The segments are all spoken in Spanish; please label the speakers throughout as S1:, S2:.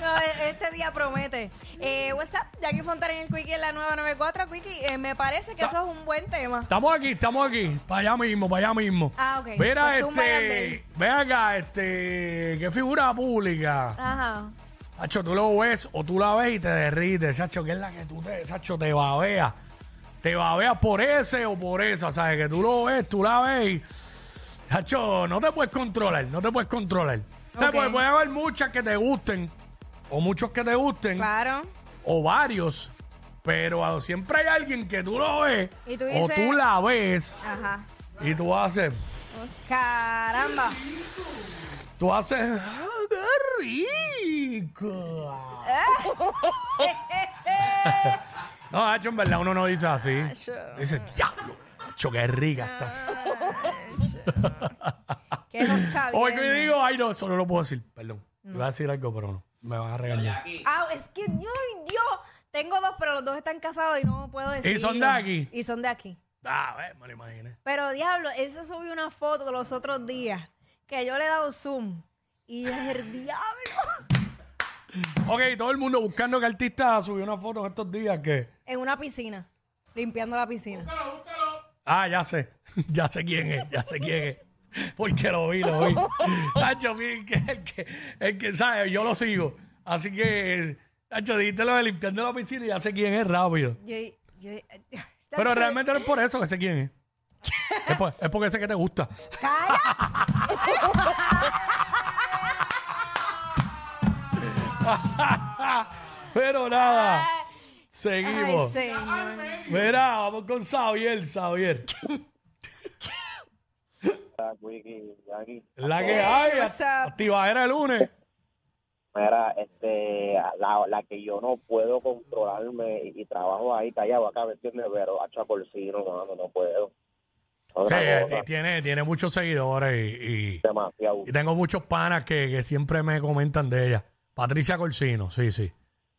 S1: No, e- este día promete. Eh, what's up? Jackie Fontana en el Quickie en la 994. Quickie, eh, me parece que eso es un buen tema.
S2: Estamos aquí, estamos aquí. Para allá mismo, para allá mismo.
S1: Ah, ok.
S2: Mira,
S1: Pues zumba, Yandel.
S2: este. Ven acá, este. ¿Qué figura pública?
S1: Ajá.
S2: Chacho, tú lo ves o tú la ves y te derrites. Chacho, que es la que tú te. Chacho, te babeas. Te babeas por ese o por esa, ¿sabes? Que tú lo ves, tú la ves y. Chacho, no te puedes controlar, no te puedes controlar. O sea,
S1: Ok.
S2: porque puede haber muchas que te gusten o muchos que te gusten.
S1: Claro.
S2: o varios, pero a- siempre hay alguien que tú lo ves
S1: Y tú
S2: o
S1: dices- ah.
S2: tú la ves
S1: Ajá.
S2: y tú haces,
S1: Caramba.
S2: tú haces, ¡ah, qué rico! no, Hacho, en verdad uno no dice así. Dice, diablo, Hacho, qué rica
S1: Ah,
S2: estás.
S1: Que no está
S2: Hoy
S1: bien.
S2: que digo, ay, no, eso no lo puedo decir, perdón. Iba a decir algo, pero no, me van a regañar.
S1: Ah, es que, yo, Dios, tengo dos, pero los dos están casados y no puedo decir.
S2: son de aquí?
S1: Y son de aquí.
S2: Ah, a ver, me lo imaginé.
S1: Pero diablo, él se subió una foto los otros días que yo le he dado zoom. Y es el diablo.
S2: Ok, todo el mundo buscando que artista subió una foto en estos días que...
S1: En una piscina. Limpiando la piscina.
S2: Ah, ya sé. Ya sé quién es. Ya sé quién es. Porque lo vi, lo vi. Nacho, vi que el que, el que sabe, yo lo sigo. Así que, Nacho, dijiste lo de limpiando la piscina y ya sé quién es rápido.
S1: Yo- yo- eh,
S2: Pero realmente no es por eso que sé quién es. Es, por- es porque sé que te gusta.
S1: Calla.
S2: Pero nada,
S1: Ay,
S2: seguimos.
S1: señor.
S2: Mira, vamos con Xavier, Xavier.
S3: Hola, Quickie, Jackie.
S2: La que hay,
S1: what's up?
S2: activa era el lunes.
S3: Mira, este, la, la que yo no puedo controlarme y, y trabajo ahí callado acá, ¿me entiendes? Pero a Chacorcino, mano, no puedo.
S2: Sí,
S3: Otra cosa,
S2: eh, t- tiene, tiene muchos seguidores y- y
S3: demasiado.
S2: Y tengo muchos panas que, que siempre me comentan de ella. Patricia Corsino, sí, sí.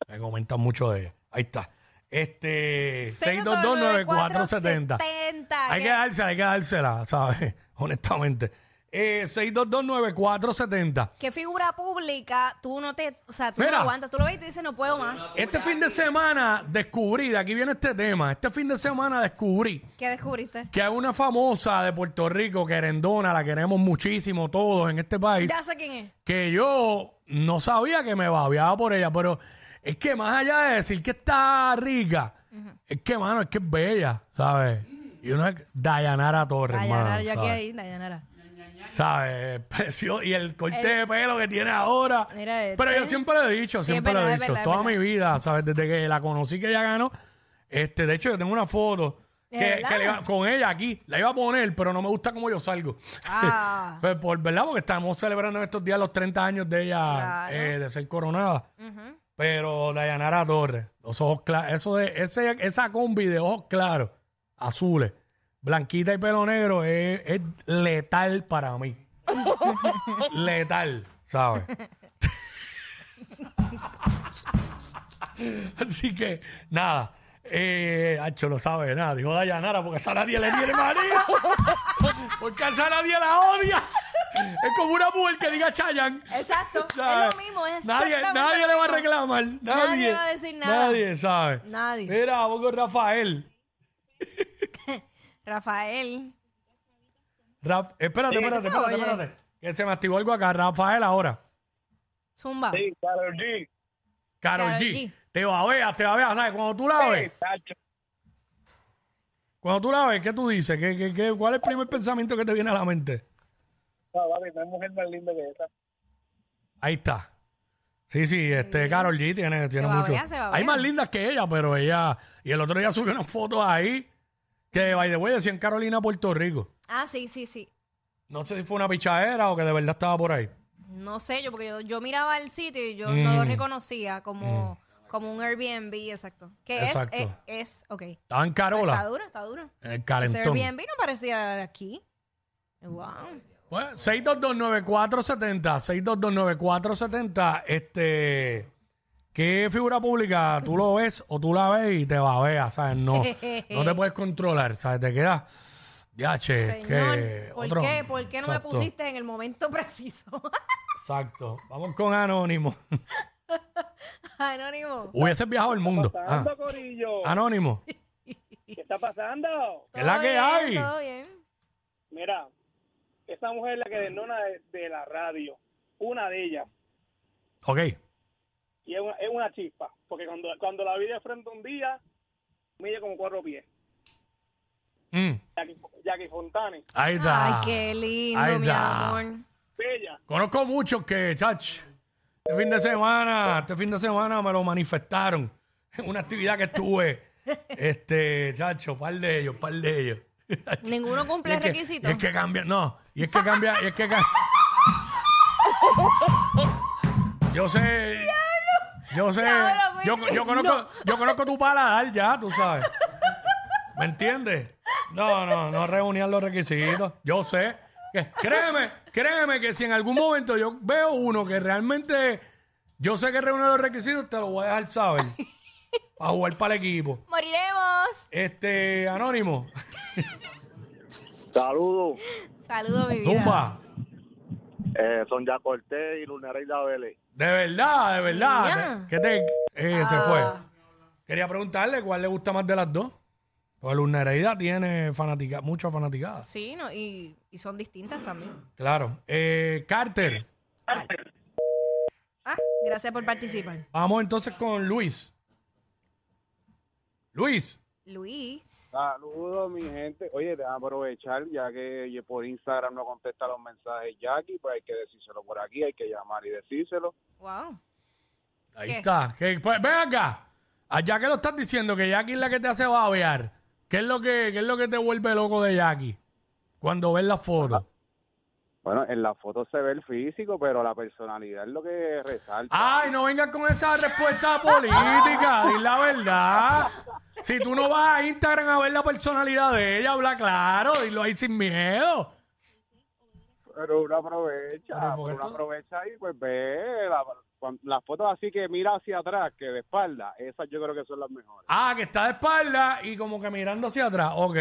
S2: Me comentan mucho de ella. Ahí está. Este, 6229470.
S1: 6229470.
S2: Hay que dársela, hay que dársela, ¿sabes? Honestamente. Eh, 6229470.
S1: ¿Qué figura pública tú no te. O sea, tú
S2: Mira.
S1: no aguantas. Tú lo ves y te dices, no puedo más.
S2: Este fin de semana descubrí, de aquí viene este tema, este fin de semana descubrí
S1: ¿Qué descubriste?
S2: que hay una famosa de Puerto Rico, querendona, la queremos muchísimo todos en este país.
S1: Ya sé quién es.
S2: que yo no sabía que me babeaba por ella, pero es que más allá de decir que está rica, es que, mano, es que es bella, ¿sabes? Y una Dayanara Torres,
S1: Dayanara,
S2: mano,
S1: yo aquí
S2: ¿sabes?
S1: ahí, Dayanara.
S2: ¿Sabes? Precio- y el corte de pelo que tiene ahora.
S1: Mira este.
S2: Pero yo siempre lo he dicho,
S1: Sí, es
S2: siempre
S1: verdad,
S2: lo he
S1: es
S2: dicho,
S1: verdad, es
S2: toda mi
S1: verdad.
S2: vida, ¿sabes? Desde que la conocí que ella ganó, este, de hecho yo tengo una foto
S1: ¿De
S2: que,
S1: verdad?
S2: que le iba- con ella aquí, la iba a poner, pero no me gusta cómo yo salgo.
S1: Ah.
S2: Pues por verdad, porque estamos celebrando en estos días los 30 años de ella
S1: Claro.
S2: eh, de ser coronada. Pero Dayanara Torres, los ojos claros, eso de, ese, esa combi de ojos claros, azules, blanquita y pelo negro es, es letal para mí. letal, ¿sabes? Así que, nada. Eh, Hacho lo sabe, nada. Dijo Dayanara, porque a esa nadie le tiene manía. Porque a esa nadie la odia. Es como una mujer que diga Chayan.
S1: Exacto. es
S2: ¿sabes?
S1: lo mismo. Es
S2: nadie,
S1: exactamente
S2: nadie
S1: lo
S2: le va a
S1: mismo.
S2: reclamar. Nadie,
S1: Nadie va a decir nada.
S2: Nadie, ¿sabe?
S1: Nadie.
S2: Mira, vamos con Rafael.
S1: Rafael.
S2: Raf- espérate, espérate,
S1: ¿qué se
S2: espérate,
S1: oye?
S2: espérate. Que se me activó algo acá. Rafael ahora.
S1: Zumba.
S3: Carol G.
S2: Karol
S1: Karol
S2: G.
S1: G.
S2: Te babeas, te babeas, ¿sabes? Cuando tú la ves,
S3: Tacho,
S2: cuando tú la ves, ¿qué tú dices? ¿Qué, qué, qué, cuál es el primer pensamiento que te viene a la mente?
S3: No, papi, no hay mujer más linda que esa.
S2: Ahí está. Sí, sí, este Carol G tiene, tiene mucho.
S1: babea, Mm. se babea.
S2: Hay más lindas que ella, pero ella. Y el otro día subió una foto ahí que, by the way, decían Carolina, Puerto Rico.
S1: Ah, sí, sí, sí.
S2: No sé si fue una pichadera o que de verdad estaba por ahí.
S1: No sé, yo porque yo, yo miraba el sitio y yo no lo reconocía como, como un Airbnb, exacto. Que es,
S2: Exacto.
S1: es, es, ok.
S2: Estaba en
S1: Está
S2: Carola,
S1: dura, está dura.
S2: en el
S1: Ese
S2: calentón.
S1: Airbnb no parecía de aquí. Wow.
S2: Bueno, 6229470, 6229470, este, ¿qué figura pública tú lo ves o tú la ves y te babeas, ¿sabes? No, no te puedes controlar, ¿sabes? Te quedas, ya, che,
S1: Señor,
S2: que
S1: ¿por
S2: otro-
S1: qué? ¿Por qué no
S2: Exacto,
S1: me pusiste en el momento preciso?
S2: Exacto, vamos con Anónimo.
S1: Anónimo.
S2: Hubieses viajado el mundo. Ah,
S3: Pasando, Corillo.
S2: Anónimo,
S3: ¿Qué está pasando?
S2: ¿qué es la
S1: Todo
S2: que
S1: bien,
S2: hay?
S1: Todo bien.
S3: Mira, esa mujer es la que denona de, de la radio. Una de ellas.
S2: Ok,
S3: Y es una, es una chispa. Porque cuando, cuando la vi de frente un día, mide como cuatro pies.
S2: mm,
S3: Jackie, Jackie Fontane.
S2: ahí está.
S1: Ay, qué lindo,
S2: Ahí
S1: mi
S2: está.
S1: amor.
S3: Bella.
S2: Conozco muchos que, chach, este fin de semana, este fin de semana me lo manifestaron en una actividad que estuve. Este, chacho, par de ellos, par de ellos.
S1: Ninguno
S2: Y
S1: cumple
S2: es, que,
S1: requisitos.
S2: y es que cambia, no, y es que cambia, y es que cambia. Yo sé. Yo sé.
S1: Diablo,
S2: Yo,
S1: Willy,
S2: yo conozco, yo conozco tu paladar ya, tú sabes. ¿Me entiendes? No, no, no reunían los requisitos. Yo sé. que- créeme, créeme que si en algún momento yo veo uno que realmente yo sé que reúne los requisitos, te lo voy a dejar saber. Para jugar para el equipo.
S1: ¡Moriremos!
S2: Este, Anónimo,
S4: Saludos,
S1: Saludos, mi vida.
S2: Zumba.
S4: eh, son ya Cortés y Lunareida Vélez.
S2: De verdad, de verdad.
S1: Mira. Ah.
S2: ¿Qué te.? eh, Se fue. Quería preguntarle cuál le gusta más de las dos. Porque Luna Heredia tiene fanatica, muchas fanaticadas.
S1: Sí, no, y, y son distintas también.
S2: Claro. Eh, Carter,
S1: Ah, gracias por participar.
S2: vamos entonces con Luis. Luis,
S1: Luis.
S4: Saludos, mi gente. Oye, déjame aprovechar, ya que por Instagram no contesta los mensajes Jackie, pues hay que decírselo por aquí, hay que llamar y decírselo.
S1: Wow.
S2: ahí
S1: ¿Qué?
S2: está. Que, pues, ven acá. Allá que lo estás diciendo, que Jackie es la que te hace babear. ¿Qué es lo que, qué es lo que te vuelve loco de Jackie? Cuando ves la foto.
S4: Bueno, en la foto se ve el físico, pero la personalidad es lo que resalta.
S2: Ay, no vengas con esa respuesta política, di la verdad. Si tú no vas a Instagram a ver la personalidad de ella, habla claro, dilo ahí sin miedo.
S4: Pero uno aprovecha,
S2: Pero, ¿por qué
S4: uno
S2: tú?
S4: aprovecha y pues ve la- cuan- las fotos así que mira hacia atrás, que de espalda, esas yo creo que son las mejores.
S2: Ah, que está de espalda y como que mirando hacia atrás. Ok,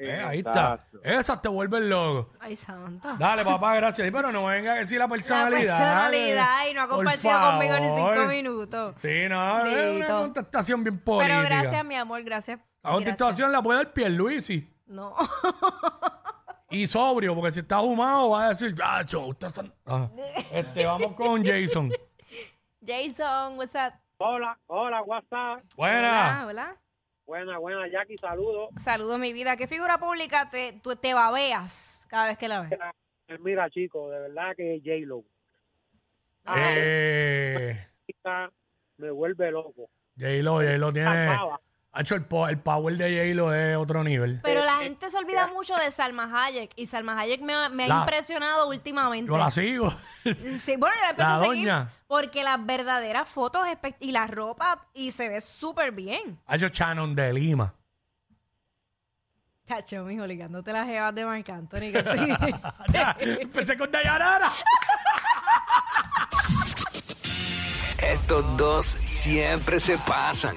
S2: Eh, ahí está.
S4: Exacto.
S2: Esas te vuelven loco.
S1: Ay, santo.
S2: Dale, papá, gracias. Sí, Pero no venga a decir la
S1: La
S2: personalidad.
S1: personalidad y no ha
S2: Por
S1: compartido conmigo ni cinco
S2: favor.
S1: minutos.
S2: Sí, no, es una
S1: Dito.
S2: contestación bien política.
S1: Pero gracias, mi amor, gracias.
S2: La
S1: Gracias.
S2: contestación la puede dar Pierluisi.
S1: No.
S2: Y sobrio, porque si está fumado va a decir, chacho, usted son-". Ah. Este, vamos con Jason.
S1: Jason, what's up?
S3: Hola, hola, WhatsApp.
S2: Buena.
S1: Hola, hola.
S3: Buena, buena, Jackie, saludos.
S1: Saludos, mi vida. ¿Qué figura pública te, tú te babeas cada vez que la ves?
S3: Pues Mira, chicos, de verdad que J-Lo
S2: Eh,
S3: chica, me vuelve loco.
S2: J-Lo, J-Lo tiene.
S3: Acaba.
S2: Hacho, el, po- el power de J-Lo es otro nivel.
S1: Pero la gente se olvida mucho de Salma Hayek y Salma Hayek me, ha- me ha
S2: La-
S1: impresionado últimamente.
S2: Yo la sigo.
S1: Sí, bueno, yo la empecé
S2: La
S1: a seguir
S2: doña.
S1: porque las verdaderas fotos espe- y la ropa y se ve súper bien.
S2: Hacho Shannon de Lima.
S1: Chacho, mijo, ligándote las jevas de Marc Anthony. que estoy-
S2: Ya, Empecé con Dayanara.
S5: Estos dos siempre se pasan.